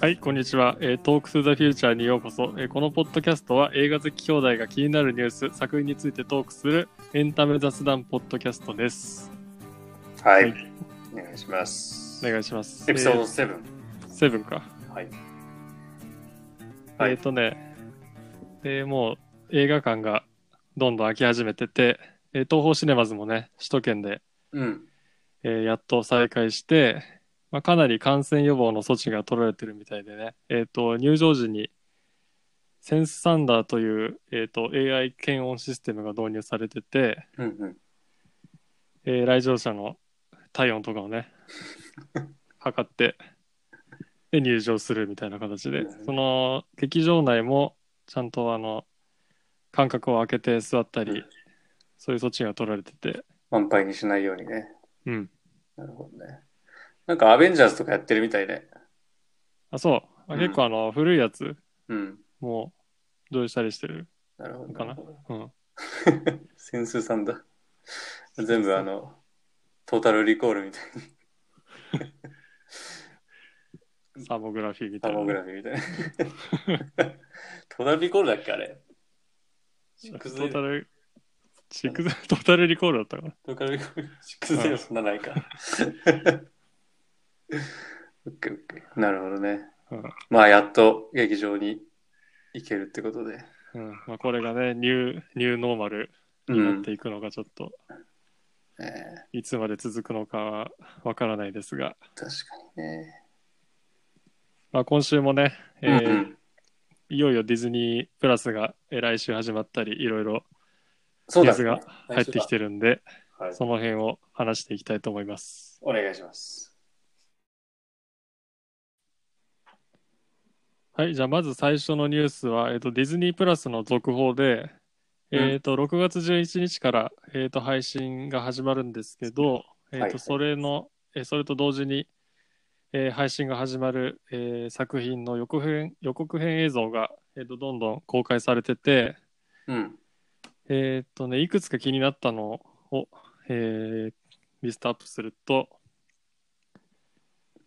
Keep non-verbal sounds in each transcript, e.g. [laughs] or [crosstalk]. はい、こんにちは。えー、トークスザフューチャーにようこそ、えーこのポッドキャストは映画好き兄弟が気になるニュース、作品についてトークするエンタメ雑談ポッドキャストです。はい。はいお願いします。お願いします。エピソードえ7。ー7か。はい。はいえっ、とね、で、もう映画館がどんどん開き始めてて、えー東方シネマズもね、首都圏で、うん。えーやっと再開して、まあ、かなり感染予防の措置が取られてるみたいでね、えー、と入場時にセンスサンダーという、えー、と AI 検温システムが導入されてて、うんうん。えー来場者の体温とかを [laughs] ね測ってで入場するみたいな形で、うんその劇場内もちゃんとあの間隔を空けて座ったり、うんそういう措置が取られてて、満杯にしないようにね。うん、なるほどね。なんかアベンジャーズとかやってるみたいで。あそう、あうん結構あの古いやつうん。もう上映したりしてる。なるほど。かなうん。センスさんだ。全部あの、トータルリコールみたいサーモグラフィーみたないタな。モグラフィーみた [laughs] いな。トータルリコールだっけあれ。トクータル、 [laughs] シックストータルリコールだったかな。トータルリコール。6ゼロそんなないか。 [laughs] オッケーオッケー。なるほどね。まあ、やっと劇場に行けるってことで。うん。うんまあ、これがね、ニュー、ニューノーマルになっていくのがちょっと、えーいつまで続くのかはわからないですが、確かにね。まあ、今週もね、えーうんいよいよディズニープラスがえー来週始まったり、いろいろそうだ、ニュース入ってきてるんで、はいその辺を話していきたいと思います。お願いします。はい、じゃあまず最初のニュースは、えっと、ディズニープラスの続報で、うんえっと、6月11日から、えっと、配信が始まるんですけど、えっはいはと、いそれの、えーそれと同時に、えー配信が始まる、えー作品の予告編、予告編映像が、えっと、どんどん公開されてて、うん。えっとね、いくつか気になったのを、えーリストアップすると、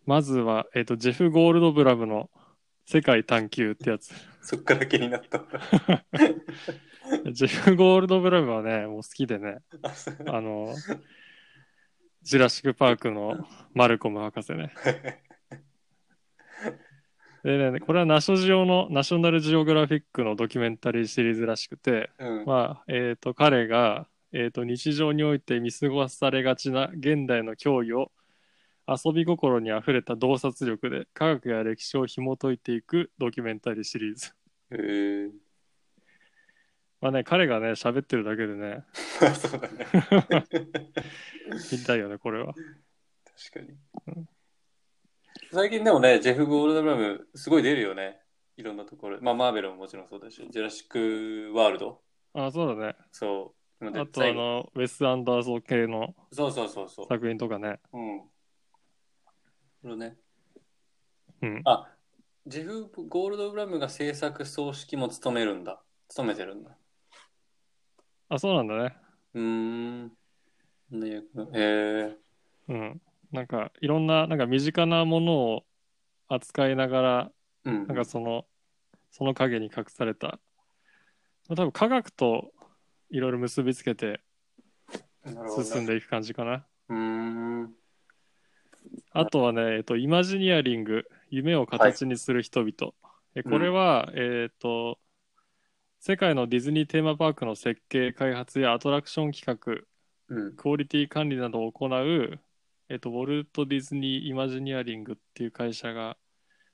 まずは、えっと、ジェフ・ゴールドブラムの世界探求ってやつ。そっから気にな [laughs] った。ジェフ・ゴールドブラムはね、もう好きでね、あそうあの、ジュラシック・パークのマルコム博士ね。でね、これはナショジオの、ナショナルジオグラフィックのドキュメンタリーシリーズらしくて、うん。まあ、えっ、と、彼が、えっ、と、日常において見過ごされがちな現代の脅威を遊び心にあふれた洞察力で科学や歴史を紐解いていくドキュメンタリーシリーズ。えー、 [laughs] まあね、彼がね、喋ってるだけでね、まあそうだね。確見たいよね、これは。かに。最近でもね、ジェフ・ゴールドブラム、すごい出るよね。いろんなところ。まあ、マーベルももちろんそうだし、ジュラシック・ワールド。あ、そうだね。そう。今出あてとあの、ウェス・アンダーソン系のそうそうそうそう。作品とかね。うん。これね。うん。あ、ジェフ・ゴールドブラムが制作総指揮も務めるんだ。務めてるんだ。あ、そうなんだね。うーん。ね役のえうん。なんか、いろんな、なんか身近なものを扱いながら、ー、うん。なんかその、その影に隠された。まあ、多分科学といろいろ結びつけてなるほどね進んでいく感じかな。うーん。あとはね、えっと、イマジニアリング、夢を形にする人々。えこれは、えっと、世界のディズニーテーマパークの設計、開発やアトラクション企画、うん。クオリティ管理などを行う、えっと、ウォルト・ディズニー・イマジニアリングっていう会社が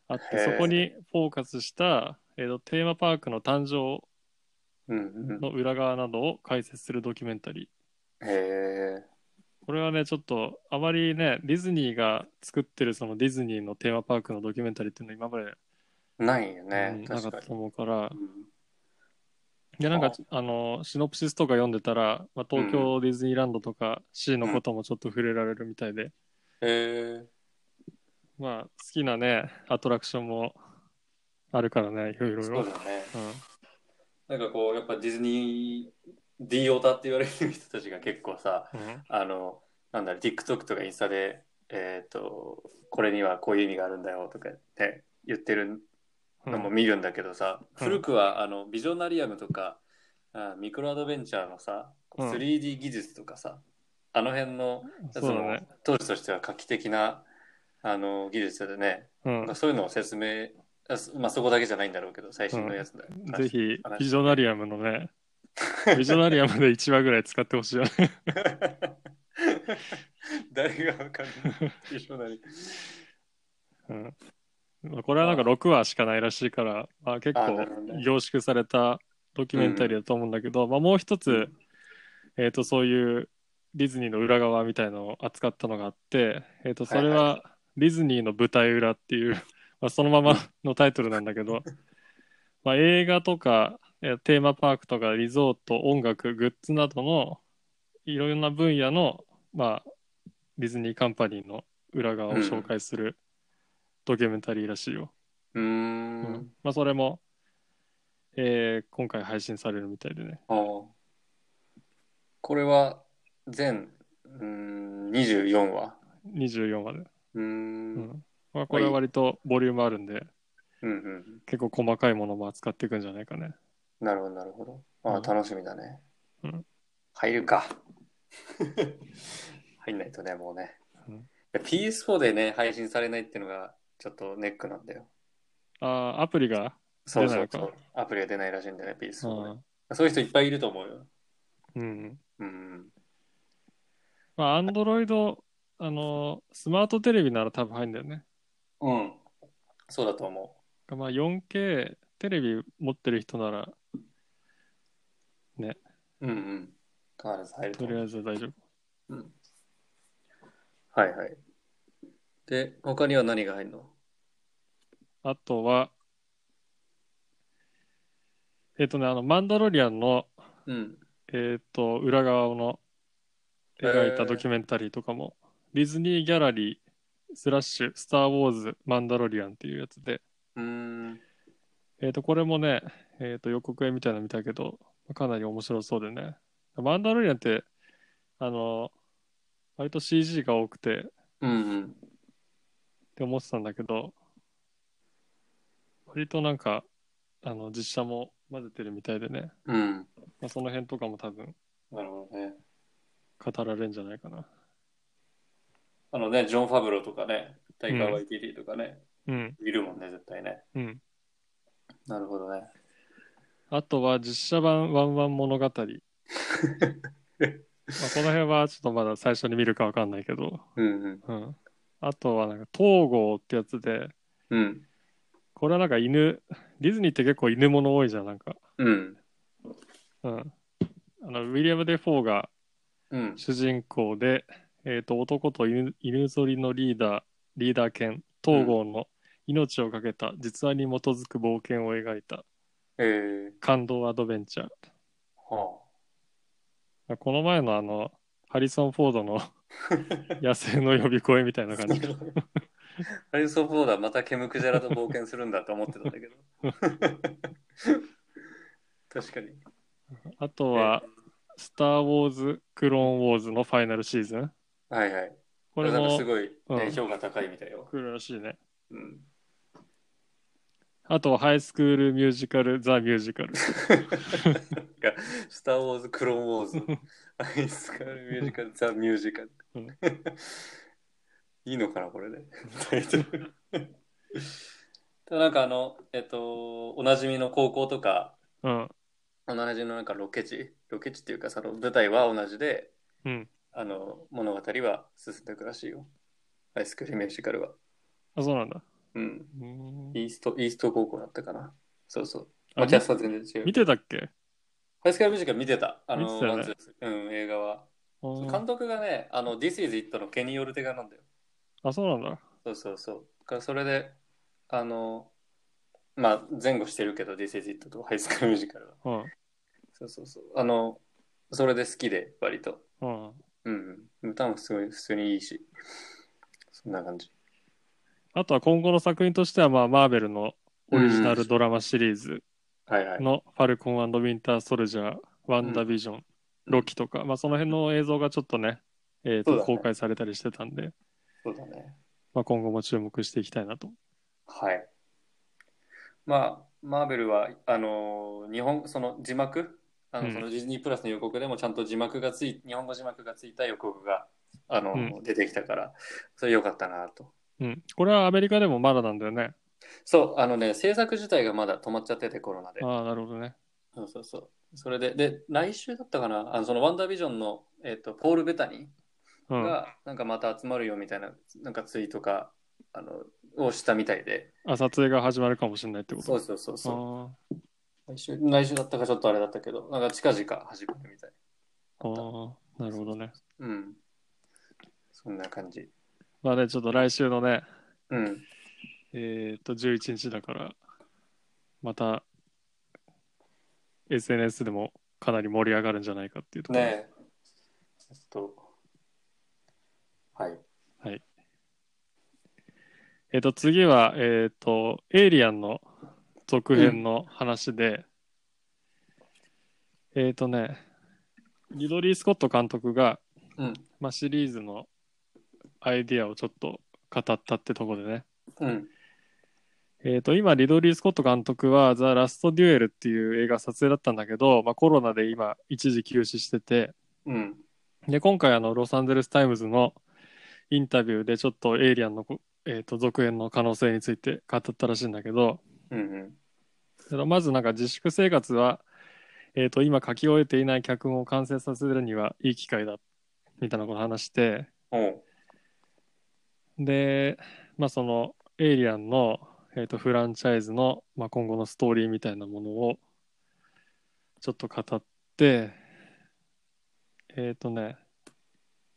あっへて、えそこにフォーカスした、えっと、テーマパークの誕生うん。うんの裏側などを解説するドキュメンタリー。へえ。これはね、ちょっとあまりね、ディズニーが作ってるそのディズニーのテーマパークのドキュメンタリーっていうのは今まで、ないよね。うんなか確っかたに。と思うからう、んでなんかあのシノプシスとか読んでたら、まあ、東京ディズニーランドとか C のこともちょっと触れられるみたいで、へえ。まあ、好きなね、アトラクションもあるからね、いろいろ。そうだね。うんなんかこう、やっぱディズニー、D オタって言われてる人たちが結構さ、うんあの、なんだろう、TikTok とかインスタで、えっ、と、これにはこういう意味があるんだよとかね、言ってるうんのも見るんだけどさ、うん古くはあのビジョナリアムとかあミクロアドベンチャーのさうん 3D 技術とかさ、あの辺のそそうだのね。当時としては画期的なあの技術でね、うんまあ。そういうのを説明あすまあそこだけじゃないんだろうけど最新のやつだよ、ぜひ話、ビジョナリアムのね、ビジョナリアムで1話ぐらい使ってほしいよね。 [laughs] 誰がわかんないビジョナリうんまあこれはなんか6話しかないらしいから、まあ、結あ構なるほどね凝縮されたドキュメンタリーだと思うんだけど、まあ、もう一つ、えー、とそういうディズニーの裏側みたいのを扱ったのがあって、えー、とそれはいはディズニーの舞台裏っていう、 [laughs] まあ、そのま [laughs] まのタイトルなんだけど、まあ、映画とかえーテーマパークとかリゾート音楽グッズなどのいろんな分野の、まあ、ディズニーカンパニーの裏側を紹介する、ドキュメンタリーらしいよ。うーんうんまあ、それも、えー今回配信されるみたいでね。ああこれは全うーん24話24話で。うーうんんまあ、これは割とボリュームあるんで、うんうん結構細かいものも扱っていくんじゃないかね。なるほどなるほどあうあん楽しみだねうん入るか [laughs] 入んないとねもうねうんいや PS4 でね配信されないっていうのがちょっとネックなんだよああ、アプリが、そうそう出そないうアプリが出ないらしいんだよねう PS4 ねんそういう人いっぱいいると思うようん。うんまあ、アンドロイド、あのースマートテレビなら多分入るんだよね。うんそうだと思まあ、4K、テレビ持ってる人なら、ううんうん必ず入るとと思うりあえず大丈夫。うんはいはい。で、他には何が入るのあとは、えっ、とね、あの、マンダロリアンの、うん。えっ、と、裏側の描いたドキュメンタリーとかも、ディズニーギャラリー、スラッシュ、スター・ウォーズ、マンダロリアンっていうやつで、うーん。えっ、と、これもね、えっ、と、予告編みたいなの見たけど、かなり面白そうでね。マンダロリアンって、あの、割と CG が多くて、うんうん。って思ってたんだけど割となんかあの実写も混ぜてるみたいでね、うん。まあ、その辺とかも多分なるほどね。語られるんじゃないかなあのね、ジョン・ファブローとかね、タイガー・ワイティリーとかね、うんいるもんね、絶対ね。うんなるほどね。あとは実写版「ワンワン物 [laughs] 語」まあこの辺はちょっとまだ最初に見るかわかんないけど、うんううん。ん、あとはなんか東郷ってやつでうん。これはなんか犬ディズニーって結構犬もの多いじゃんなんか、うん。うん、あのウィリアム・デ・フォーがうん。主人公で、えー、と男と犬犬ぞりのリーダーリーダー犬東郷の命を懸けた実話に基づく冒険を描いたえー、感動アドベンチャはーこの前のあのハリソン・フォードの [laughs] 野生の呼び声みたいなあ。感 [laughs] じハリソン・フォーダーまたケムクジャラと冒険するんだと思ってたんだけど。 [laughs] 確かに。あとは「スター・ウォーズ・クローン・ウォーズ」のファイナルシーズンはいはい。これなんかもすごい、ねうん評価高いみたいよ。来るらしいねうん。あとは「ハイスクール・ミュージカル・ザ・ミュージカル」いや、スター・ウォーズ、クローン・ウォーズ、アイスカル・ミュージカル、ザ・ミュージカルうん。いいのかな、これで、タイトル。ただなんかあの、えっと、おなじみの高校とか、うんおなじみのなんかロケ地、ロケ地っていうか、その舞台は同じで、うんあの、物語は進んでいくらしいよ。アイスクリームミュージカルは。あそうなんだうん。うーんイースト、イースト高校だったかな。そうそう。まああ、キャストは全然違見う。てたっけアイスクリームミュージカル見てた。あの、見てたよねワンツースうん、映画は。あそうー監督がね、あの、This is It のケニー・オルテガなんだよ。あそうなんだそうそうそう。だからそれで、あの、まあ、前後してるけど、This is It とハイスクールミュージカルは。うんそうそうそう。あの、それで好きで、割と。うんうん、うん。歌もすごい、普通にいいし。そんな感じ。あとは今後の作品としては、まあ、マーベルのオリジナルドラマシリーズはいはい。の「ファルコンウィンター・ソルジャー」「ワンダービジョン」ロキ」とか、まあ、その辺の映像がちょっとね、えーとそうだね公開されたりしてたんで、そうだね。まあ、今後も注目していきたいなとはい。まあ、マーベルは、あのー日本、その字幕、あうのんそのディズニープラスの予告でもちゃんと字幕がつい、日本語字幕がついた予告が、あのー出てきたから、それ良かったなと。うん。これはアメリカでもまだなんだよね。そう、あのね、制作自体がまだ止まっちゃってて、コロナで。ああ、なるほどね。そうそうそう。それで、で、来週だったかな、あのそのワンダービジョンの、えっとポール・ベタニー。うん。あがなんかまた集まるよみたいななんかツイートかあのをしたみたいで撮影が始まるかもしれないってことそうそうそうそあう来週来週だったかちょっとあれだったけどなんか近々始まるみたいあああ、なるほどね。うんそんな感じまあね、ちょっと来週のね、うんえーっと、11日だから、また、SNS でもかなり盛り上がるんじゃないかっていうところ。ねええっとはいえっと、次は、えっと、エイリアンの続編の話で、えっとね、リドリー・スコット監督が、うんまあ、シリーズのアイディアをちょっと語ったってとこでね、うんえっと、今、リドリー・スコット監督は、ザ・ラスト・デュエルっていう映画撮影だったんだけど、まあ、コロナで今、一時休止してて、うんで、今回、あの、ロサンゼルス・タイムズのインタビューで、ちょっとエイリアンのこ、えっと続編の可能性について語ったらしいんだけど、うんうんそのまずなんか自粛生活は、えー、と今書き終えていない脚本を完成させるにはいい機会だみたいなことを話しておうで、まあ、その「エイリアンの」えー、とフランチャイズの、まあ、今後のストーリーみたいなものをちょっと語ってえっ、とね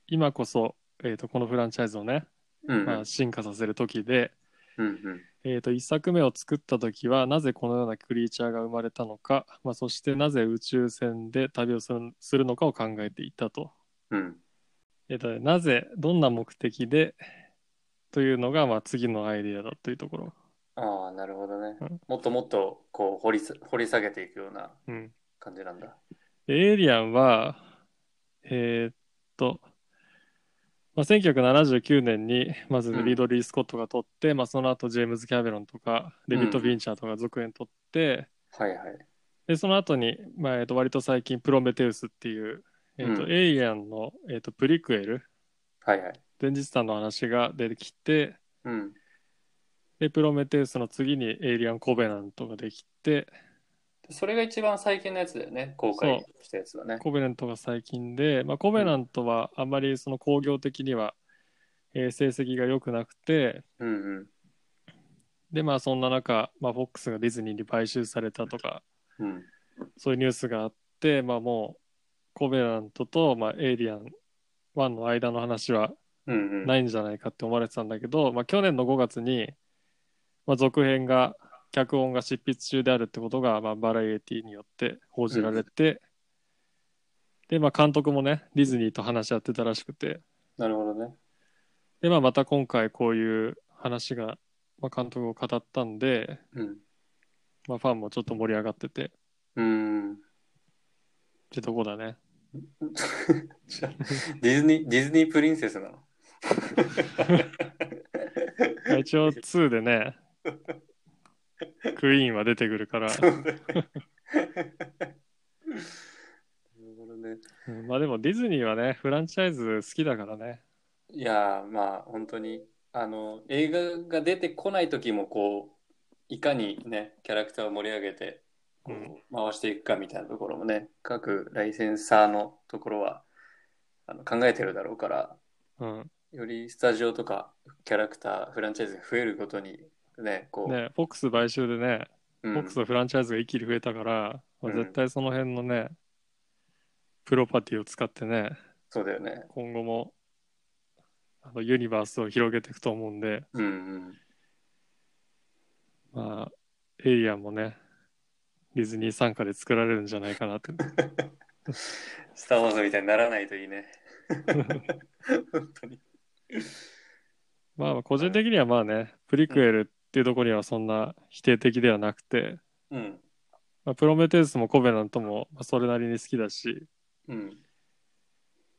今こそ、えー、とこのフランチャイズをね、うんうんまあ、進化させる時で、うんうんえー、と1作目を作った時はなぜこのようなクリーチャーが生まれたのか、まあ、そしてなぜ宇宙船で旅をするするのかを考えていたと,、うんえーとねなぜどんな目的でというのがまあ次のアイディアだというところ、ああなるほどねうんもっともっとこう掘りす掘り下げていくようなうん、感じなんだでエイリアンはえーっと、まあ、1979年にまずリドリー・スコットが撮って、まあ、その後ジェームズ・キャメロンとかデビッド・うんヴィンチャーとか続編撮って、はいはいで、その後に、まあ、えっと、割と最近、プロメテウスっていう、えっと、うんエイリアンの、えっと、プリクエル、はいはい前日談の話が出てきて、うんで、プロメテウスの次にエイリアン・コベナントができて、それが一番最近のやつだよね、公開したやつだね。コベナントが最近で、まあ、コベナントはあんまりその工業的には、えー成績が良くなくて、うんうん。で、まあ、そんな中、まあ、フォックスがディズニーに買収されたとか、うんそういうニュースがあって、まあ、もう、コベナントと、まあ、エイリアン1の間の話は、うんうん。ないんじゃないかって思われてたんだけど、まあ、去年の5月に、まあ、続編が脚本が執筆中であるってことが、まあ、バラエティによって報じられて、で、まあ、監督もねディズニーと話し合ってたらしくてなるほどね。で、まあ、また今回こういう話が、まあ、監督を語ったんで、うん。まあ、ファンもちょっと盛り上がっててっうん。てとこだねじゃあディズニー、ディズニープリンセスなの。まあ一応2でねクイーンは出てくるから、そうだねなるほどね。うんまあでもディズニーはねフランチャイズ好きだからねいやー、まあ、本当に、あの、映画が出てこない時も、こう、いかにね、キャラクターを盛り上げて、こうんう、回していくかみたいなところもね、各ライセンサーのところは、あの、考えてるだろうから、うんよりスタジオとかキャラクター、フランチャイズが増えるごとに、ね、こう、ね、フォックス買収でね、うんフォックスのフランチャイズが一気に増えたから、まあうん絶対その辺のね、プロパティを使ってね、そうだよね。今後もあのユニバースを広げていくと思うんで、うんうん。まあ、エイリアンもね、ディズニー傘下で作られるんじゃないかな [laughs] って。スター・ウォーズみたいにならないといい [laughs] ね。本当に。まあ、個人的にはまあね、プリクエルっていうところにはそんな否定的ではなくて、うん。まあ、プロメテウスもコベナントもまあそれなりに好きだし、うん。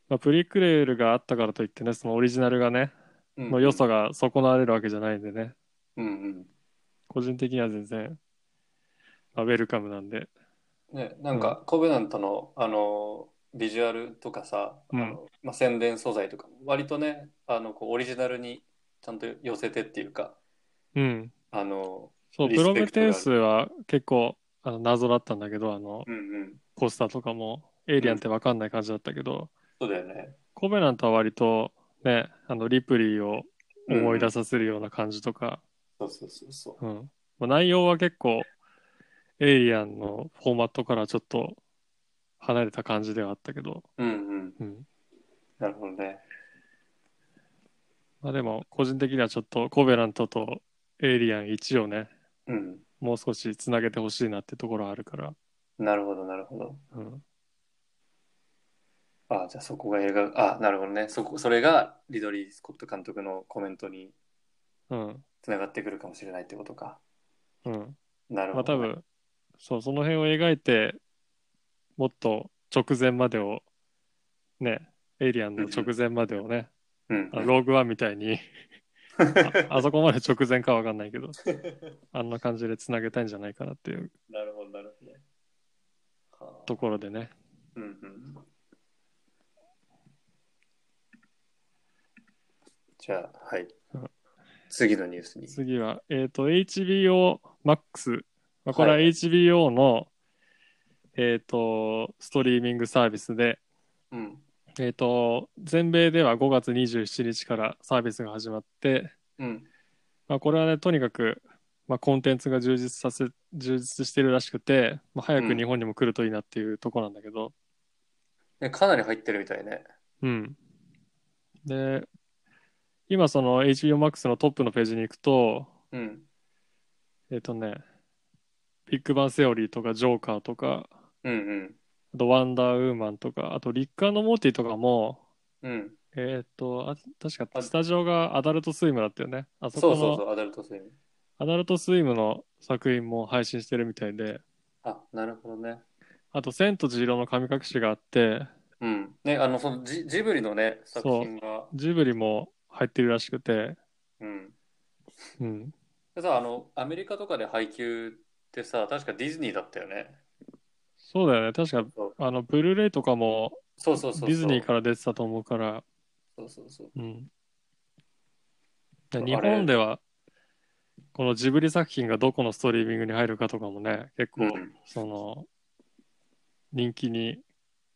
まあ、プリクエルがあったからといってね、そのオリジナルがね、うんの良さが損なわれるわけじゃないんでね、うんうん。個人的には全然まあ、ウェルカムなんで。ね、なんか、コベナントの、あの、ビジュアルとかさ、うんあのまあ、宣伝素材とかも、割とね、あの、こう、オリジナルにちゃんと寄せてっていうか、うん。あの、そう、リプスペロクトがあるメテウスは結構あの謎だったんだけど、あの、うんうん、ポスターとかも、エイリアンってわかんない感じだったけど、そうだよね。コベナントは割とね、あの、リプリーを思い出させるような感じとか、そうそうそうそう。うん。まあ、内容は結構、エイリアンのフォーマットからちょっと離れた感じではあったけど、うんうん。うん。なるほどね。まあでも、個人的にはちょっとコベナントとエイリアン1をね、うん。もう少しつなげてほしいなってところはあるから、なるほど、なるほど。うん。ああ、じゃあそこが映画、ああ、なるほどね。そこ、それがリドリー・スコット監督のコメントにうん。つながってくるかもしれないってことか。うん。なるまあほ多どね、分、そう、その辺を描いて、もっと直前までを、ね、エイリアンの直前までをね、うんあうのん。ローグワンみたいにあ、あそこまで直前かわかんないけど、あんな感じでつなげたいんじゃないかなっていうなるほど、なるほどね。はあところでね。うんうん。じゃあ、はいうん。次のニュースに。次は、えっ、と、HBO Max。まあ、これははい HBO の、えっ、と、ストリーミングサービスで、うん。えっ、と、全米では5月27日からサービスが始まって、うん。まあ、これはね、とにかく、まあ、コンテンツが充実させ、充実してるらしくて、まあ、早く日本にも来るといいなっていうとこなんだけど、ね、かなり入ってるみたいね。うん。で、今その HBO Max のトップのページに行くと、うん。えっ、とね、ビッグバンセオリーとかジョーカーとか、うんうん。あとワンダーウーマンとか、あとリックモーティとかも、うん。えっ、と、あ確かあスタジオがアダルトスイムだったよね。あそそこうそうのそう、アダルトスイム。アダルトスイムの作品も配信してるみたいで、あ、なるほどね。あと、千と千尋の神隠しがあって、うん。ね、あの、そのジ、ジブリのね、作品が。ジブリも入ってるらしくて、うん。うん。でさ、あの、アメリカとかで配給ってさ、確かディズニーだったよね。そうだよね。確か、あの、ブルーレイとかもそうそうデそう。ィズニーから出てたと思うから、そうそうそう。うん。あでれ日本では、このジブリ作品がどこのストリーミングに入るかとかもね、結構、うんその、人気に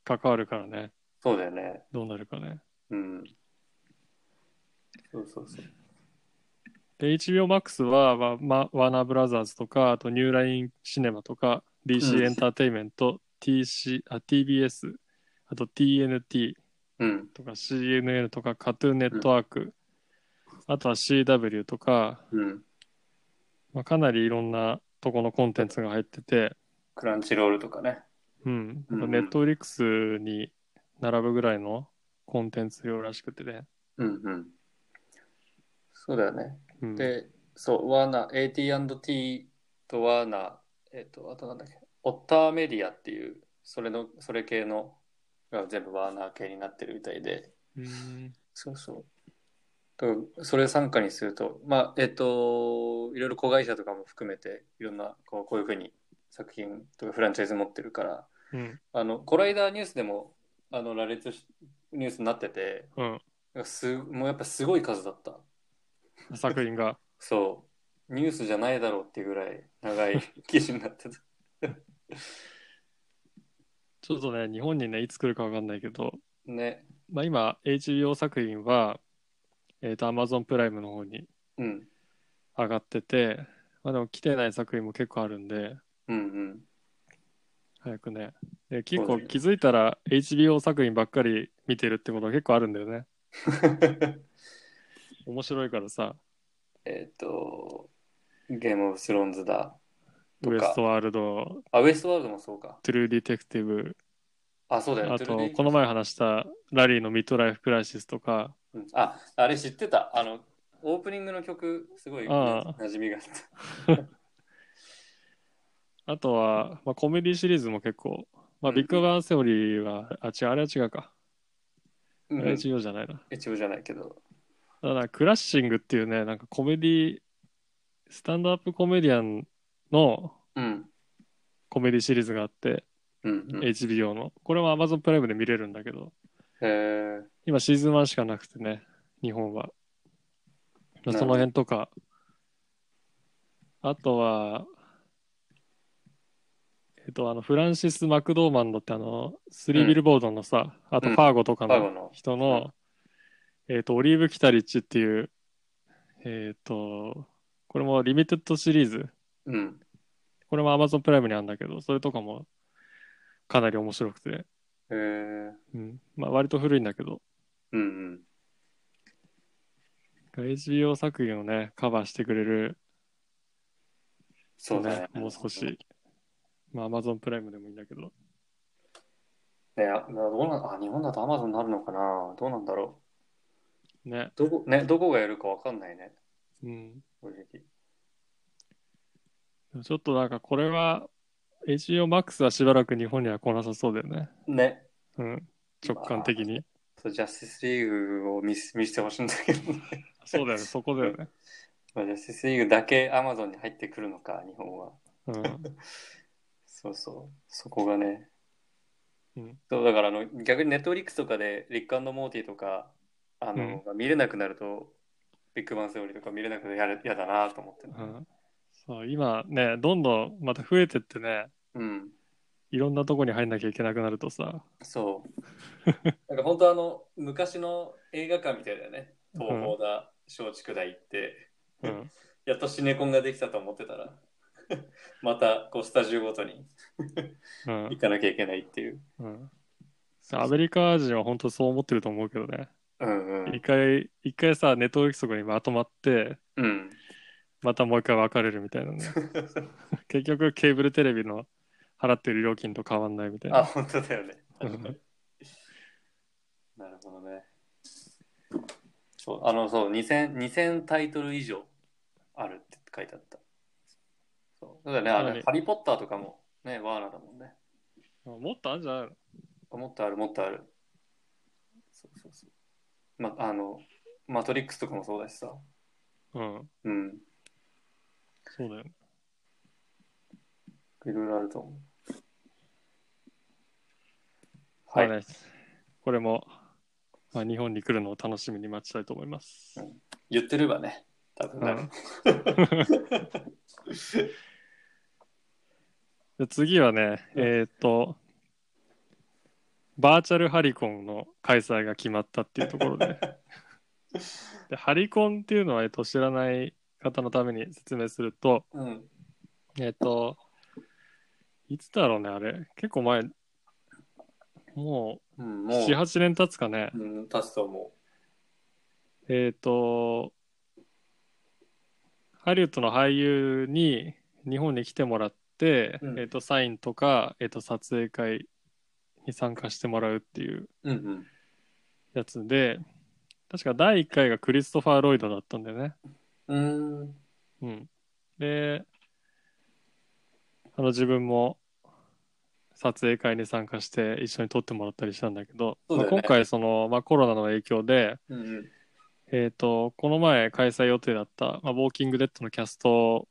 関わるからね、そうだよね。どうなるかね。うん。そうそうそう。で、HBO Max は、まあまあ、ワーナーブラザーズとか、あとニューラインシネマとか、うん DC エンターテインメント、TC、あ、TBS、あと TNT うん。とか CNN とか、カトゥーンネットワーク、あとは CW とか、うん。まあ、かなりいろんなとこのコンテンツが入ってて、クランチロールとかね。うん、うんうんネットフリックスに並ぶぐらいのコンテンツ量らしくてね。うんうん。そうだよね。うん、で、そう、ワーナー、AT&T とワーナー、えっ、と、あとなんだっけ、オッターメディアっていう、それの、それ系の、が全部ワーナー系になってるみたいで、うんそうそう。とそれ参加にすると、まあ、えっ、と、いろいろ子会社とかも含めて、いろんな、こうこういうふうに作品とかフランチャイズ持ってるから、うん、あの、この間ニュースでも、あの、羅列しニュースになってて、うん、なんかす、もうやっぱすごい数だった。作品が。 [laughs] そう。ニュースじゃないだろうっていうぐらい [laughs] 長い記事になってた。ちょっとね、日本にね、いつ来るかわかんないけど、ね。まあ、今、HBO 作品は、えっ、と、Amazon プライムの方にうん。上がってて、まあ、でも来てない作品も結構あるんで、うん早くね。で結そう構だね気づいたら HBO 作品ばっかり見てるってことが結構あるんだよね。うん。 [laughs] 面白いからさ、えっと、ゲームオブスローンズだ。ウエストワールド、あ、ウエストワールドもそうか。トゥルーディテクティブ、あ、そうだよね。あトゥルーとデ、ィこの前話したラリーのミッドライフクライシスとか、うんあ、あれ知ってた。あの、オープニングの曲、すごいああ馴染みがあった。あとは、まあ、コメディシリーズも結構、まあ、うんビッグバンセオリーは、あ、違う、あれは違うか。うあんれは違うじゃないな。一応じゃないけど。ただからクラッシングっていうね、なんかコメディ、スタンドアップコメディアンのうん。コメディシリーズがあって、うんうん。へ HBO の。これも Amazon プライムで見れるんだけど、え。今シーズン1しかなくてね、日本は。なるほどその辺とか、あとは、えっと、あの、フランシス・マクドーマンドってあの、スリービルボードのさ、あとうフんァーゴとかファーゴのの人の、えっと、オリーブ・キタリッチっていう、えっと、これもリミテッドシリーズ、うん。これも Amazon プライムにあるんだけど、それとかもかなり面白くて、へえ。うん、まあ割と古いんだけど、うんうん。 HBO 作品をね、カバーしてくれるそうだね。もう少し。まあ、Amazon プライムでもいいんだけど。ね、あどうなんあ日本だとアマゾンになるのかなどうなんだろねう。。どこ、ね、どこがやるかわかんないね。うん。正直でもちょっとなんかこれは、HBO Max はしばらく日本には来なさそうだよね。ね。うん。直感的に。そう、ジャスティスリーグを見せ見せてほしいんだけど、ね、 [laughs] そうだよね、そこだよね。まあジャスティスリーグだけアマゾンに入ってくるのか、日本は。うん。そうそう。そこがね。うん、そう、だからあの、逆にネットフリックスとかで、リックモーティとか、あの、見れなくなると、ビッグバンセオリーとか見れなくなるとやるやだなと思ってる。うん。そう、今ね、どんどんまた増えてってね、うん。いろんなとこに入んなきゃいけなくなるとさ、そう。なんか本当あの、昔の映画館みたいだよね。うん東方だ、松竹だ行って、うん。やっとシネコンができたと思ってたら、 [laughs] またこうスタジオごとにう行ん。かなきゃいけないっていう。うん。アメリカ人は本当そう思ってると思うけどね。うんう一ん。回、一回さ、ネットフリックスとかにまとまって、うん。またもう一回別れるみたい [laughs] なね。結局ケーブルテレビの払ってる料金と変わんないみたいあ、な。本当だよね。うん確かになるほどね。そう、あの、そう、2000、2000タイトル以上あるって書いてあった。そう。だからね、あはのい、ハリー・ポッターとかもね、ワーナーだもんね。もっとあるんじゃないのもっとあるもっとある。そうそうそう。ま、あの、マトリックスとかもそうだしさ。うん。うん。そうだよね。いろいろあると思う。はい。まあねこれも、まあ、日本に来るのを楽しみに待ちたいと思います。言ってればね、多分なる。 [laughs] で次はね、うんえーっと、バーチャルハリコンの開催が決まったっていうところ [laughs] で。でハリコンっていうのは、えっと、知らない方のために説明すると、うん。えっと、いつだろうね、あれ。結構前、もうん、うもう、 7、8年経つかね。うん、経つと思えっと、ハリウッドの俳優に日本に来てもらって、うんえっと、サインとか、えっと、撮影会に参加してもらうっていうう。うんやつで、確か第1回がクリストファー・ロイドだったんだよね。うん。うん。うん。で、あの自分も撮影会に参加して一緒に撮ってもらったりしたんだけど、そうまだあ、よね今回その、まあ、コロナの影響で、うん。えー、とこの前開催予定だった、まあ、ウォーキングデッドのキャスト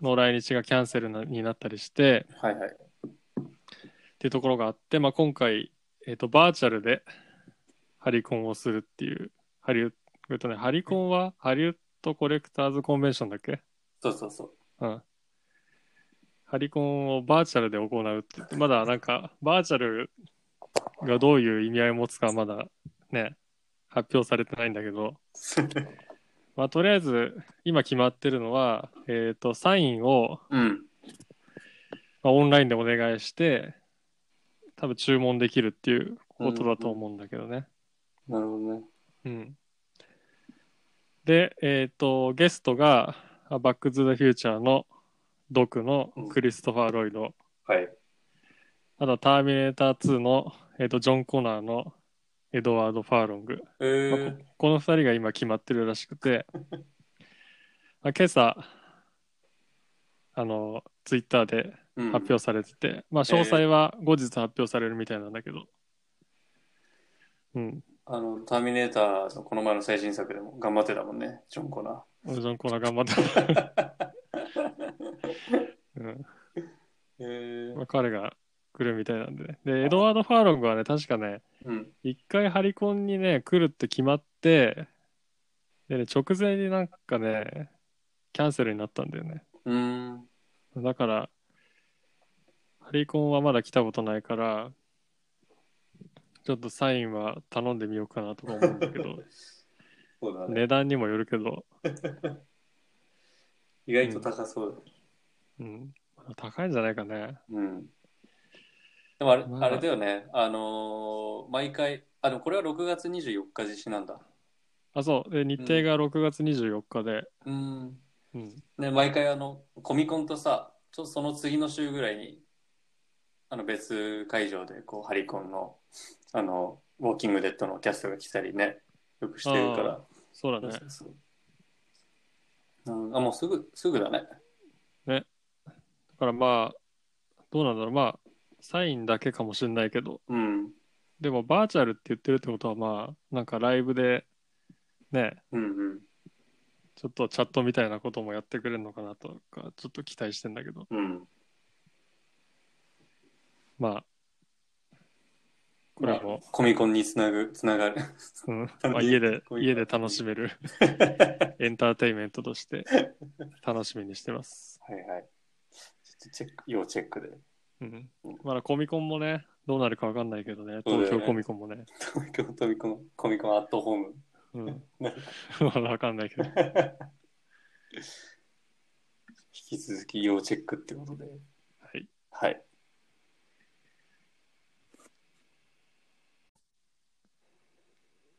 の来日がキャンセルなになったりしてはいはい。っていうところがあって、まあ、今回、えー、とバーチャルでハリコンをするっていうハリウッド、えっとね、ハリコンはハリウッドコレクターズコンベンションだっけそうそうそう。う [laughs] ん。ハリコンをバーチャルで行うって言って、まだなんか、バーチャルがどういう意味合いを持つかはまだね、発表されてないんだけど、まあ、とりあえず、今決まってるのは、えっ、と、サインを、うん。まあ、オンラインでお願いして、多分注文できるっていうことだと思うんだけどね。なるほどね。うん。で、えっ、と、ゲストが、あバック・トゥ・ザ・フューチャーのドクのクリストファー・ロイド。はい。あとはターミネーター2の、えー、とジョン・コナーのエドワード・ファーロング。えまあーこ、この2人が今決まってるらしく [laughs] て、まあ、今朝、あの、ツイッターでうん発表されてて、まあ、詳細は後日発表されるみたいなんだけど、うん、あの、ターミネーターのこの前の最新作でも頑張ってたもんね、ジョン・コナー。 [laughs] ジョン・コナー頑張った。うんへえまあ、彼が来るみたいなんでね。で、エドワード・ファーロングはね、確かね、うん。一回ハリコンにね、来るって決まって、でね、直前になんかね、キャンセルになったんだよね。うーん。だから、ハリコンはまだ来たことないから、ちょっとサインは頼んでみようかなとか思うんだけど、そうだね。値段にもよるけど、意外と高そううん、高いんじゃないかね。だ。うん。でもあれ、まああれだよね。あのー毎回、あ、でもこれは6月24日実施なんだ。あ、そう、で日程が6月24日で、うん。うん、ね、毎回あの、コミコンとさ、ちょその次の週ぐらいに、あの別会場で、こう、ハリコンの、あの、ウォーキングデッドのキャストが来たりね、よくしてるから。そうそだうねそ。うそう。うんあ、もうすぐ、すぐだね。だからまあ、どうなんだろう、まあ、サインだけかもしれないけど、うん。でもバーチャルって言ってるってことは、まあ、なんかライブで、ね、うんうん。ちょっとチャットみたいなこともやってくれるのかなとか、ちょっと期待してんだけど、うん。まあ、これも、コミコンにつなぐ、つながる。うんあまあ、家でこういう家で楽しめるエンターテインメントとして楽しみにしてます。はいはい。ちょっとチェック、要チェックで。 [laughs] うん、まだコミコンもね、どうなるかわかんないけどね、そうだよね東京コミコンもね、東京飛び込む、コミコンアットホーム。うん、 [laughs] まだわかんないけど、引き続き要チェックってことで。はい、はい。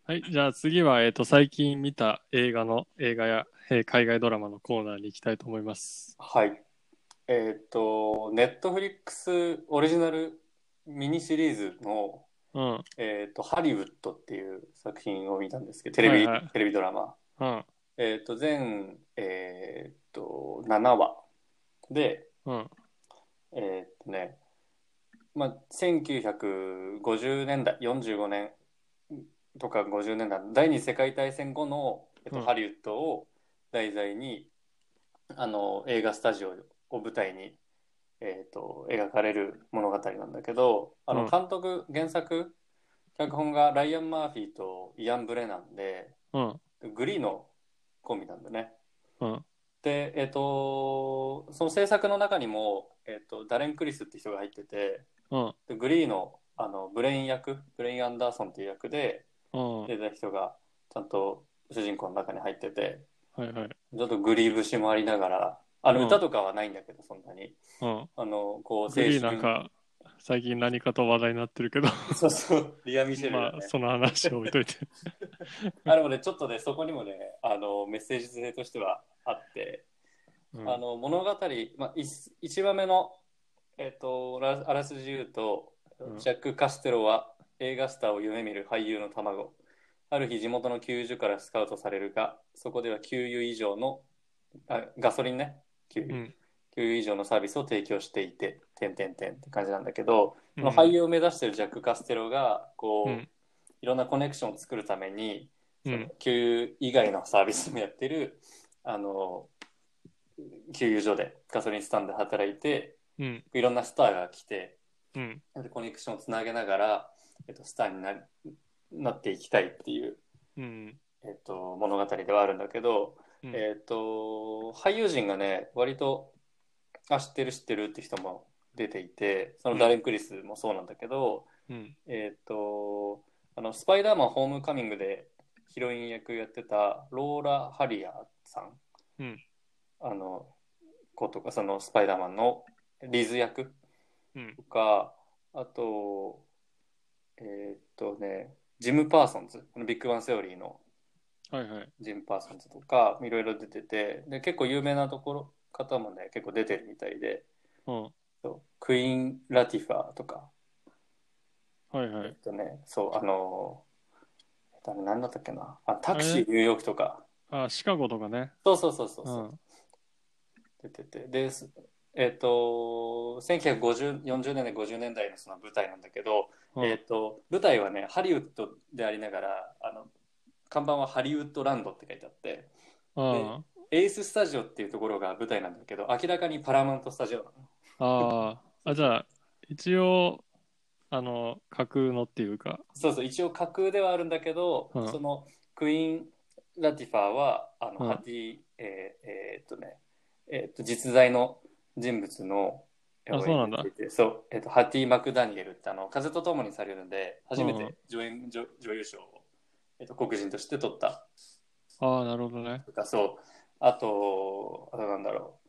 はい、じゃあ次は、えっと最近見た映画の映画や、えー海外ドラマのコーナーに行きたいと思います。はい。えっ、と、ネットフリックスオリジナルミニシリーズの、うん、えっ、と、ハリウッドっていう作品を見たんですけど、テレビ、はいはいテレビドラマ。うん、えっ、と、全、えっ、と、7話で、うん、えーっとね、まあ、1950年代、45年とか50年代、第二次世界大戦後の、えっとうんハリウッドを題材に、あの、映画スタジオを舞台に、えーっと、描かれる物語なんだけど、あうの、ん監督、原作、脚本がライアン・マーフィーとイアン・ブレなんで、うん、グリーのコンビなんだね。うん、で、えっ、と、その制作の中にも、えっ、と、ダレン・クリスって人が入ってて、うん、でグリーのあのブレイン役、ブレイン・アンダーソンっていう役でうん、は出た人がちゃんと主人公の中に入ってて、いはい、ちょっとグリー節もありながら、あうんの歌とかはないんだけど、そんなに。うん、あの、こう、グリー青なん春か、最近何かと話題になってるけど、そうそう、リア・ミシェルまだあ、ね。その話を置いとい [laughs] て。あれもね、ちょっとね、そこにもね、あの、メッセージ性としてはあって、うんあの物語、まあ、1話目の、えっとあらあらすじ言うと、うんジャック・カステロは映画スターを夢見る俳優の卵ある日地元の給油所からスカウトされるがそこでは給油以上のあガソリンね給う油,、ん給油以上のサービスを提供していててんてんてんって感じなんだけど、うんその俳優を目指してるジャック・カステロがこう、うんいろんなコネクションを作るためにうそんの給油以外のサービスもやってる、あの給油所でガソリンスタンドで働いてうんいろんなスターが来てうんでコネクションをつなげながら、えっと、スターになりなっていきたいっていう、うんえっと、物語ではあるんだけど、うんえっと俳優陣がね割とあ知ってる知ってるって人も出ていてそのダレン・クリスもそうなんだけど、うんえっ、と、あの、スパイダーマンホームカミングでヒロイン役やってたローラ・ハリアーさん、うんあの、子とか、そのスパイダーマンのリズ役うんとか、あと、えっ、とね、ジム・パーソンズ、あのビッグバン・セオリーのはいはいジム・パーソンズとか、いろいろ出てて、で、結構有名なところ、方もね、結構出てるみたいで、うんそうクイーン・ラティファーとか、はいはえっいとね、そう、あのー、えっとあれ何だったっけな。あ、タクシーニューヨークとか。あシカゴとかねそうそうそうそううそう。ん出てて。で、すえっ、と、1950、40年代、50年代のその舞台なんだけど、うんえっ、と、舞台はね、ハリウッドでありながら、あの、看板はハリウッドランドって書いてあって、あエーススタジオっていうところが舞台なんだけど、明らかにパラマウントスタジオなの。あああ、じゃあ、一応、あの、架空のっていうか、そうそう、一応架空ではあるんだけど、うんそのクイーン・ラティファーは、あの、うんハティ、えーえーっとね、えーっと、実在の人物の、あそうなんだ演じていてそう、えーっと、ハティ・マクダニエルって、あの、風と共にされるんで、初めうんうてん助演、女女優賞を、えーっと、黒人として取ったああ、なるほどね。とか、そう、あと、あとなんだろ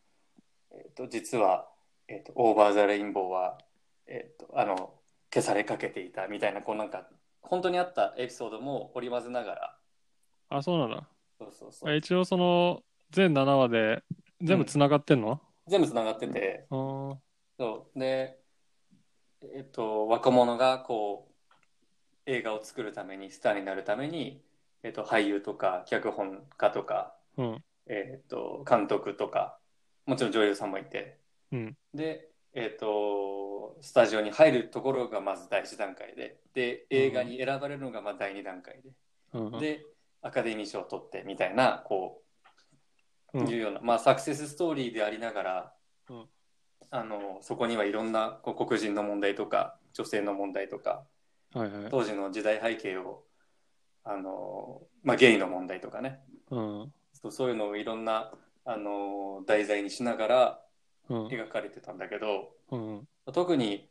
う、えーっと、実は、えーっと、オーバー・ザ・レインボーは、えーっと、あの、消されかけていたみたいな、こうなんか、本当にあったエピソードも織り交ぜながら、あ、そうなんだ。そうそうそあう。一応、その、全7話で、全部つながってんの、全部つながってて、ああ、そう。で、えっと、若者がこう、映画を作るために、スターになるために、えっと、俳優とか、脚本家とか、うん、えっと、監督とか、もちろん女優さんもいて、うん、で、えっと、スタジオに入るところがまず第一段階で、で、映画に選ばれるのがまあ第二段階で、うん。うんで、アカデミー賞を取ってみたいな、こう、うんいうような、まあ、サクセスストーリーでありながら、うんあの、そこにはいろんなこう黒人の問題とか、女性の問題とか、はいはい。当時の時代背景を、あの、まあ、ゲイの問題とかね、うん、そうそういうのをいろんな、あの、題材にしながらうん、描かれてたんだけど、うん、特に、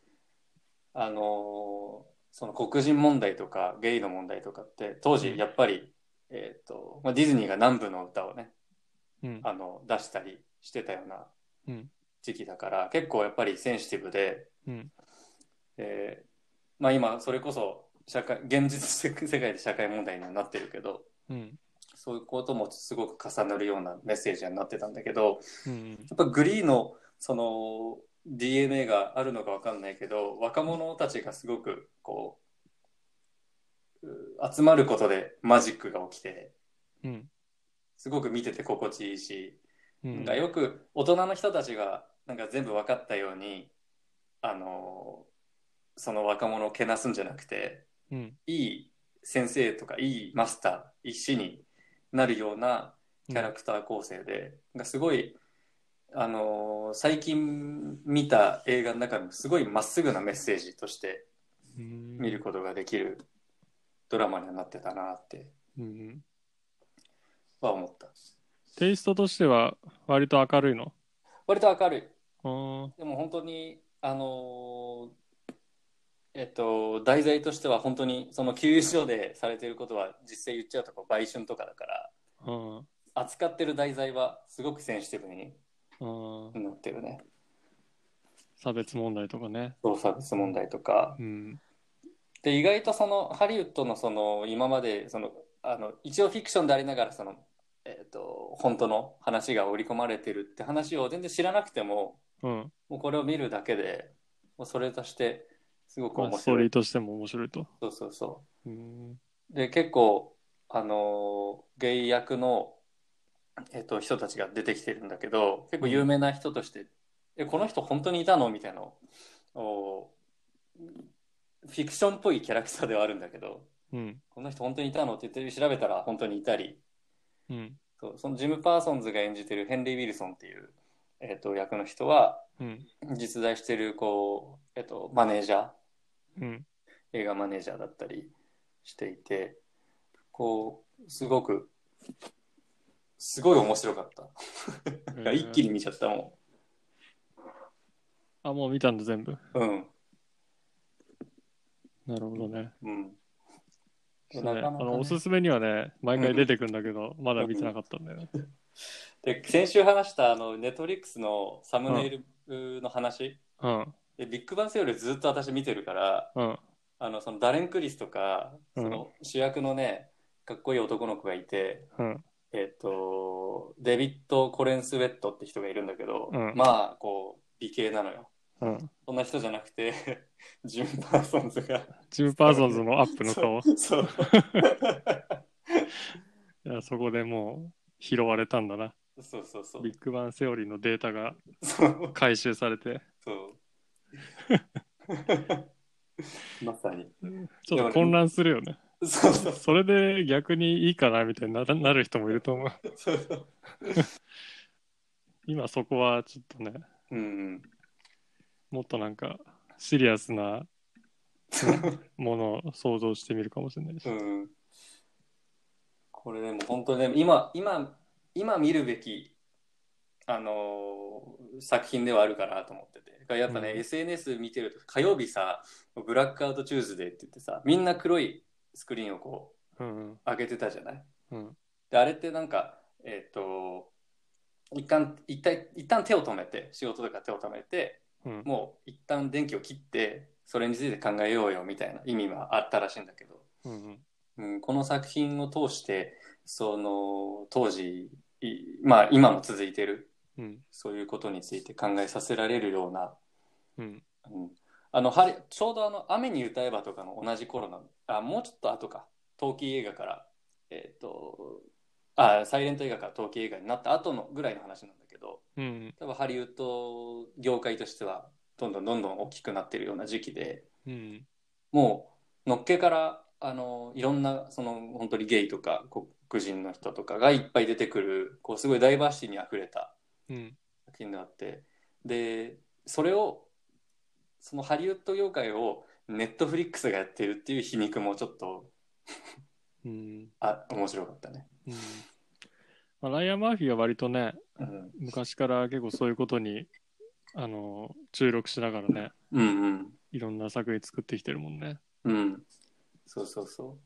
あの、その黒人問題とかゲイの問題とかって、当時やっぱり、えっ、と、まあ、ディズニーが南部の歌をね、うん。あの出したりしてたようなうん時期だから、結構やっぱりセンシティブで、うんえーまあ、今それこそ社会現実世界で社会問題にはなってるけどうんそういうこともすごく重なるようなメッセージになってたんだけどうんやっぱグリーのその DNA があるのかわかんないけど若者たちがすごくこうう集まることでマジックが起きてうんすごく見てて心地いいしうんなんかよく大人の人たちがなんか全部分かったようにあのその若者をけなすんじゃなくてうんいい先生とかいいマスターいい師になるようなキャラクター構成で、なんかすごいあの最近見た映画の中にもすごいまっすぐなメッセージとしてうん見ることができるドラマにはなってたなってうんは思ったテイストとしては割と明るいの割と明るいあでも本当にあのーえっと題材としては本当にその給油所でされてることは実際言っちゃうとこう売春とかだからああ扱ってる題材はすごくセンシティブにあなってるね差別問題とかね動差別問題とかうんで意外とそのハリウッドのその今までそのあの一応フィクションでありながらそのえっと本当の話が織り込まれてるって話を全然知らなくてもうんもうこれを見るだけでもうそれとしてすごくまあ面ストー白リーいとしても面白いとそうそうそううんで結構あのーゲイ役の、えっと人たちが出てきてるんだけど結構有名な人として、えこの人本当にいたのみたいなのをフィクションっぽいキャラクターではあるんだけどうんこの人本当にいたのって言って調べたら本当にいたりうんそうそのジム・パーソンズが演じてるヘンリー・ウィルソンっていう、えっと役の人はうん実在してるこう、えっとマネージャーうん映画マネージャーだったりしていてこうすごくすごい面白かった一気に見ちゃったもあもう見たんだ全部んうんなるほどねうんそでうねなかあなかねのおすすめにはね毎回出てくるんだけどまだ見てなかったんだよねで先週話したあのネットリックスのサムネイルの話、うんでビッグバンセオルずっと私見てるからうんあのそのダレン・クリスとか、うんその主役のねかっこいい男の子がいてうんえっ、とデビッド・コレンス・ウェットって人がいるんだけど、うんまあこう美形なのようんそんな人じゃなくて、 [laughs] ジム・パーソンズが。ジム・パーソンズのアップの顔そう。いやそこでもう拾われたんだなそうそうそう。ビッグバンセオリーのデータがそう。回収されて [laughs] そう。まさに。ちょっと混乱するよねそうそうそれで逆にいいかなみたいにな [laughs] なる人もいると思うそうそう。今そこはちょっとねうんうん。もっとなんかシリアスなものを想像してみるかもしれないし、うん。これでも本当にね、今、今、今見るべき、あのー作品ではあるかなと思ってて。やっぱね、うん SNS 見てると、火曜日さ、ブラックアウトチューズデーって言ってさ、みんな黒いスクリーンをこう、うん上げてたじゃないうんで、あれってなんか、えっ、と、一旦、一旦、一旦手を止めて、仕事とか手を止めて、うんもう一旦電気を切って、それについて考えようよみたいな意味はあったらしいんだけど、うんうん、この作品を通してその当時いまあ今も続いてるうんそういうことについて考えさせられるような、うんうん、あのはりちょうどあの「雨に歌えば」とかの同じ頃なのあもうちょっと後か冬季映画からえっ、とあサイレント映画から冬季映画になった後のぐらいの話なんだけどうん多分ハリウッド業界としてはどんどんどんどん大きくなってるような時期で。うんもうのっけからあのいろんなその本当にゲイとか黒人の人とかがいっぱい出てくるこうすごいダイバーシティにあふれたうん作品があってでそれをそのハリウッド業界をネットフリックスがやってるっていう皮肉もちょっとうんあ面白かったね。うんまあライアン・マーフィーは割とねうん、昔から結構そういうことにあの注力しながらねうん、うんいろんな作品作ってきてるもんねうんそうそうそ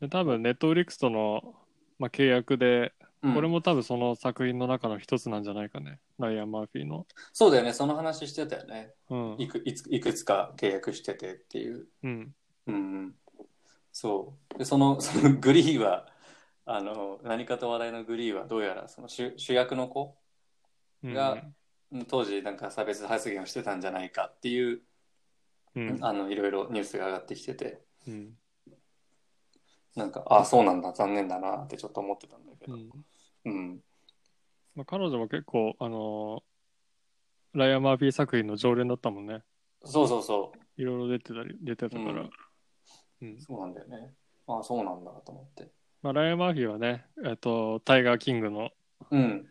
で多分ネットフリックスとの、まあ、契約でう、うんこれも多分その作品の中の一つなんじゃないかね、ライアン・マーフィーの。そうだよねその話してたよねうん。いくいついくつか契約しててっていううん。うん、そうでその [laughs] そのグリーはあの何かと話題のグリーはどうやらその主主役の子うんが、当時なんか差別発言をしてたんじゃないかっていう、うん。あのいろいろニュースが上がってきててうん。なんかああそうなんだ残念だなってちょっと思ってたんだけうど、んうん、まあ、彼女も結構、あのーライアン・マーフィー作品の常連だったもんね。そうそうそういろいろ出てたり、出てたから。うん。そうなんだよねああそうなんだと思ってまあ、ライアン・マーフィーはね、えっと、タイガー・キングの、 [laughs] うん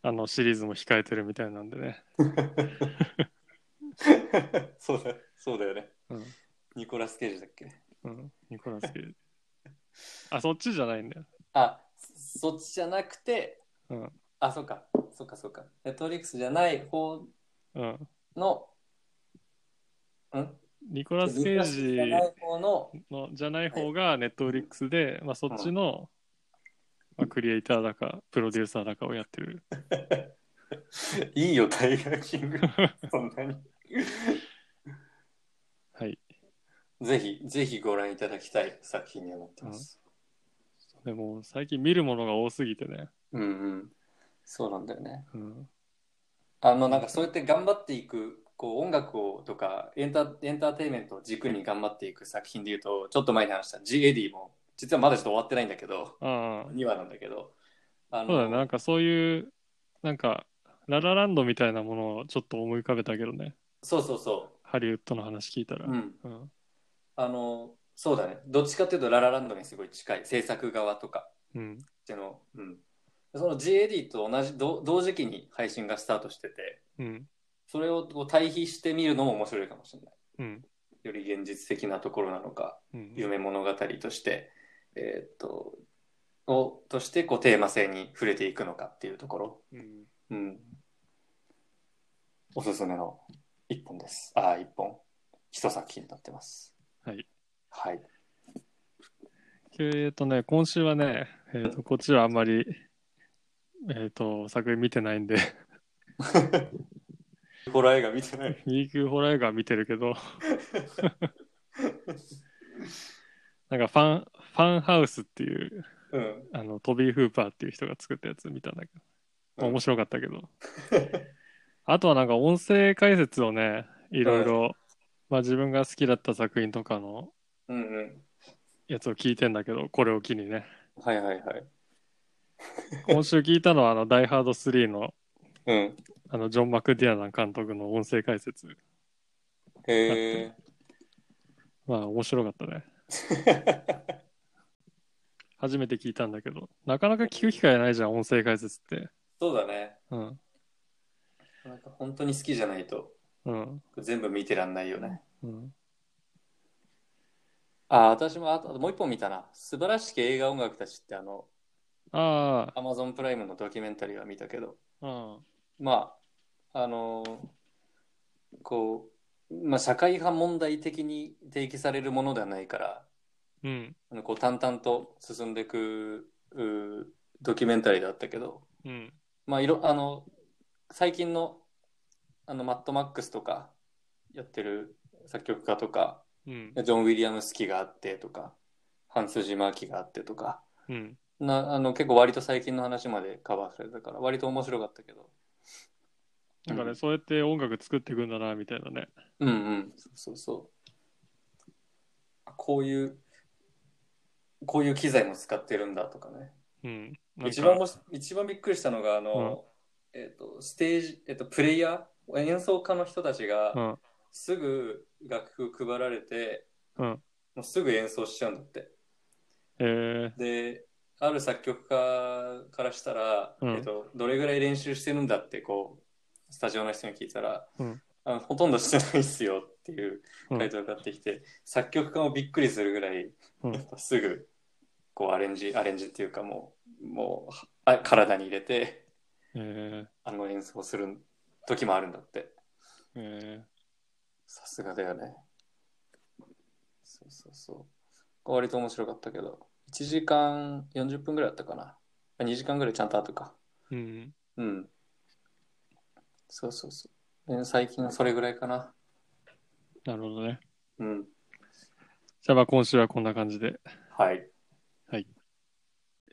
あの、シリーズも控えてるみたいなんでね。そうだそうだよねうん。ニコラス・ケージだっけうん。ニコラス・ケイジ。 [laughs] あ、そっちじゃないんだよ。あそっちじゃなくてうん。あ、そうか、そうか、そうか。ネットフリックスじゃない方うん。の、んニコラス・ケイジじゃない方の、のじゃない方がネットフリックスで、まあ、そっちの、まあ、クリエイターだかプロデューサーだかをやってる、いいよ、タイガーキング。 [laughs] そんなに。はい、ぜひ、ぜひご覧いただきたい作品にはなってます。でも最近見るものが多すぎてね、うんうん。そうなんだよね。うんあの、なんかそうやって頑張っていく、こう音楽をとかエンタ、エンターテインメントを軸に頑張っていく作品で言うと、ちょっと前に話した、ジ・エディも、実はまだちょっと終わってないんだけど、ああ2話なんだけど、あそうだねなんかそういうなんかララランドみたいなものをちょっと思い浮かべたけどねそうそうそハリウッドの話聞いたらう。うん。うんあの、そうだね。どっちかっていうと、ララランドにすごい近い、制作側とかうんっていうの、うん。その GAD と同じ、同同時期に配信がスタートしてて、うんそれをこう対比してみるのも面白いかもしれない。うんより現実的なところなのか、うん夢物語として、えーっと、を、として、こう、テーマ性に触れていくのかっていうところ、うんうん。おすすめの一本です。ああ、一本。一作品になってます。はいはい。えっとね今週はね、えー、とこっちはあんまりえっ、と作品見てないんで [laughs] ホラー映画見てない右級ホラー映画は見てるけ [laughs] どなんかファン、ファンハウスっていう、うん。あの、トビー・フーパーっていう人が作ったやつ見たんだけど、うん面白かったけど。あとはなんか音声解説をね、いろいろ、まあ自分が好きだった作品とかのうんうん。やつを聞いてんだけど、これを機にね。はいはいはい。今週聞いたのは、あの、ダイ・ハード3の、うん。あの、ジョン・マクディアナン監督の音声解説。へ [laughs] え。まあ面白かった [laughs] ね。初めて聞いたんだけど、なかなか聞く機会ないじゃん、音声解説って。そうだね。うん。なんか本当に好きじゃないとうん。全部見てらんないよね。うん。あ、私もあと、あともう一本見たな。素晴らしき映画音楽たちってあの、あ Amazon プライムのドキュメンタリーは見たけど、あ、うん。まあ、あのーこう、まあ、社会派問題的に提起されるものではないから、うん。あのこう淡々と進んでいくうードキュメンタリーだったけど、うん。まあ、いろあの最近のあのマットマックスとかやってる作曲家とかうん。ジョン・ウィリアムス期があってとかハンス・ジマー期があってとかうん。なあの結構割と最近の話までカバーされたから割と面白かったけどだから、うんそうやって音楽作っていくんだな、みたいなね。うんうんそうそうそうこういうこういう機材も使ってるんだとかねうん。なんか一番もし一番びっくりしたのがあの、えっ、とステージえっ、とプレイヤー演奏家の人たちが、うん。すぐ楽譜配られて、うんもうすぐ演奏しちゃうんだってえである作曲家からしたら、うんえっと、どれぐらい練習してるんだってこうスタジオの人に聞いたら、うんあのほとんどしてないっすよっていううん回答が返ってきて、作曲家もびっくりするぐらい、うんやっぱすぐこうアレンジアレンジっていうかもうもうあ体に入れてー、えー、あの演奏する時もあるんだってえさすがだよね。そうそうそう。割と面白かったけど、1時間40分ぐらいだったかな。あ2時間ぐらいちゃんとあとか。ー、うん。うん。そうそうそう。ね最近はそれぐらいかな。なるほどね。うん。じゃあ、まあ、今週はこんな感じで。はい。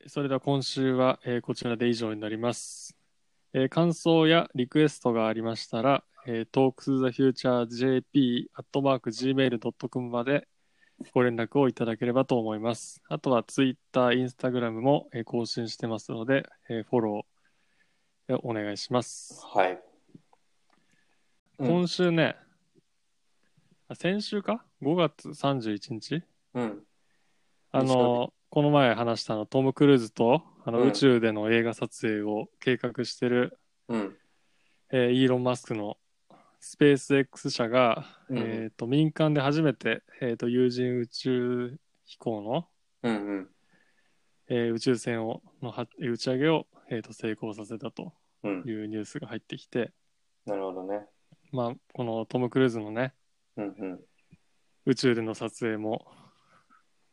それでは今週は、えーこちらで以上になります。えー感想やリクエストがありましたら、えー、talktothefuturejp.gmail.com までご連絡をいただければと思います。あとは Twitter、Instagram も、えー更新してますので、えーフォローえーお願いします。はい。うん今週ね、あ先週か ?5 月31日うん。あ日曜の、この前話したあのトム・クルーズとあの、うん宇宙での映画撮影を計画してる、うん。えーイーロン・マスクのスペース X 社が、うんえー、と民間で初めて、えー、と有人宇宙飛行の、うんうん。えー宇宙船をのは打ち上げを、えー、と成功させたとうんい。うニュースが入ってきて、なるほどね。まあ、このトム・クルーズのねうんうん。宇宙での撮影も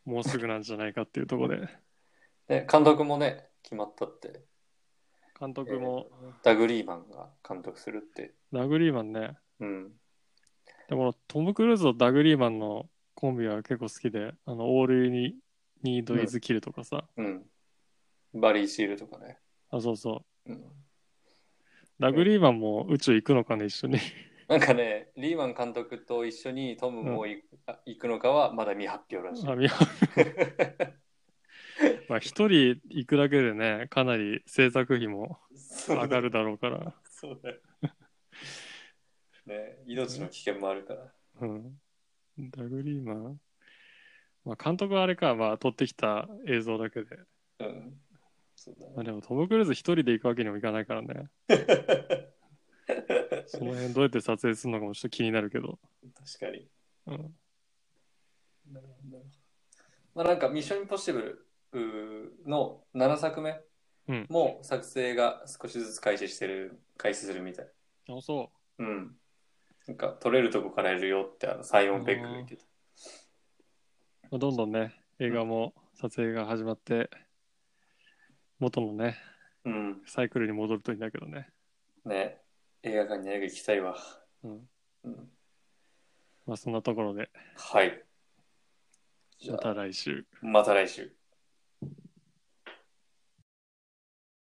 もうすぐなんじゃないかっていうところ [laughs] でで、監督もね、決まったって。監督もダグリーマンが監督するって。ラグリーマンね、うん。でもトム・クルーズとダグリーマンのコンビは結構好きで、あの、オールにニードイズキルとかさ、うん。バリー・シールとかね。あ、そうそうん。う。ダグリーマンも宇宙行くのかね、一緒に。なんかね、リーマン監督と一緒にトムも行く,あ、行くのかはまだ未発 [laughs] 表らしい。あ、みまあ、一人行くだけでね、かなり制作費もそう上がるだろうから。そうだよ。ね、命の危険もあるから。うん。ダグリーマンまあ、監督はあれか、まあ、撮ってきた映像だけで。うん。そうだま [laughs] あ、でもトム・クルーズ一人で行くわけにもいかないからね。ね。その辺どうやって撮影するのかもちょっと気になるけど。確かに。うん。なるほどまあなんか、ミッション・インポッシブルうーの7作目うんも作成が少しずつ開始してる、開始するみたい。あ、そう。うん。なんか、取れるとこからやるよって、あの、サイオン・ペックが言ってた。まあ、どんどんね映画も撮影が始まって元のねうん。サイクルに戻るといいんだけどね、ね、映画館に早く行きたいわ。うんうん、まあ、そんなところではい。じゃまあ、た来週また来週。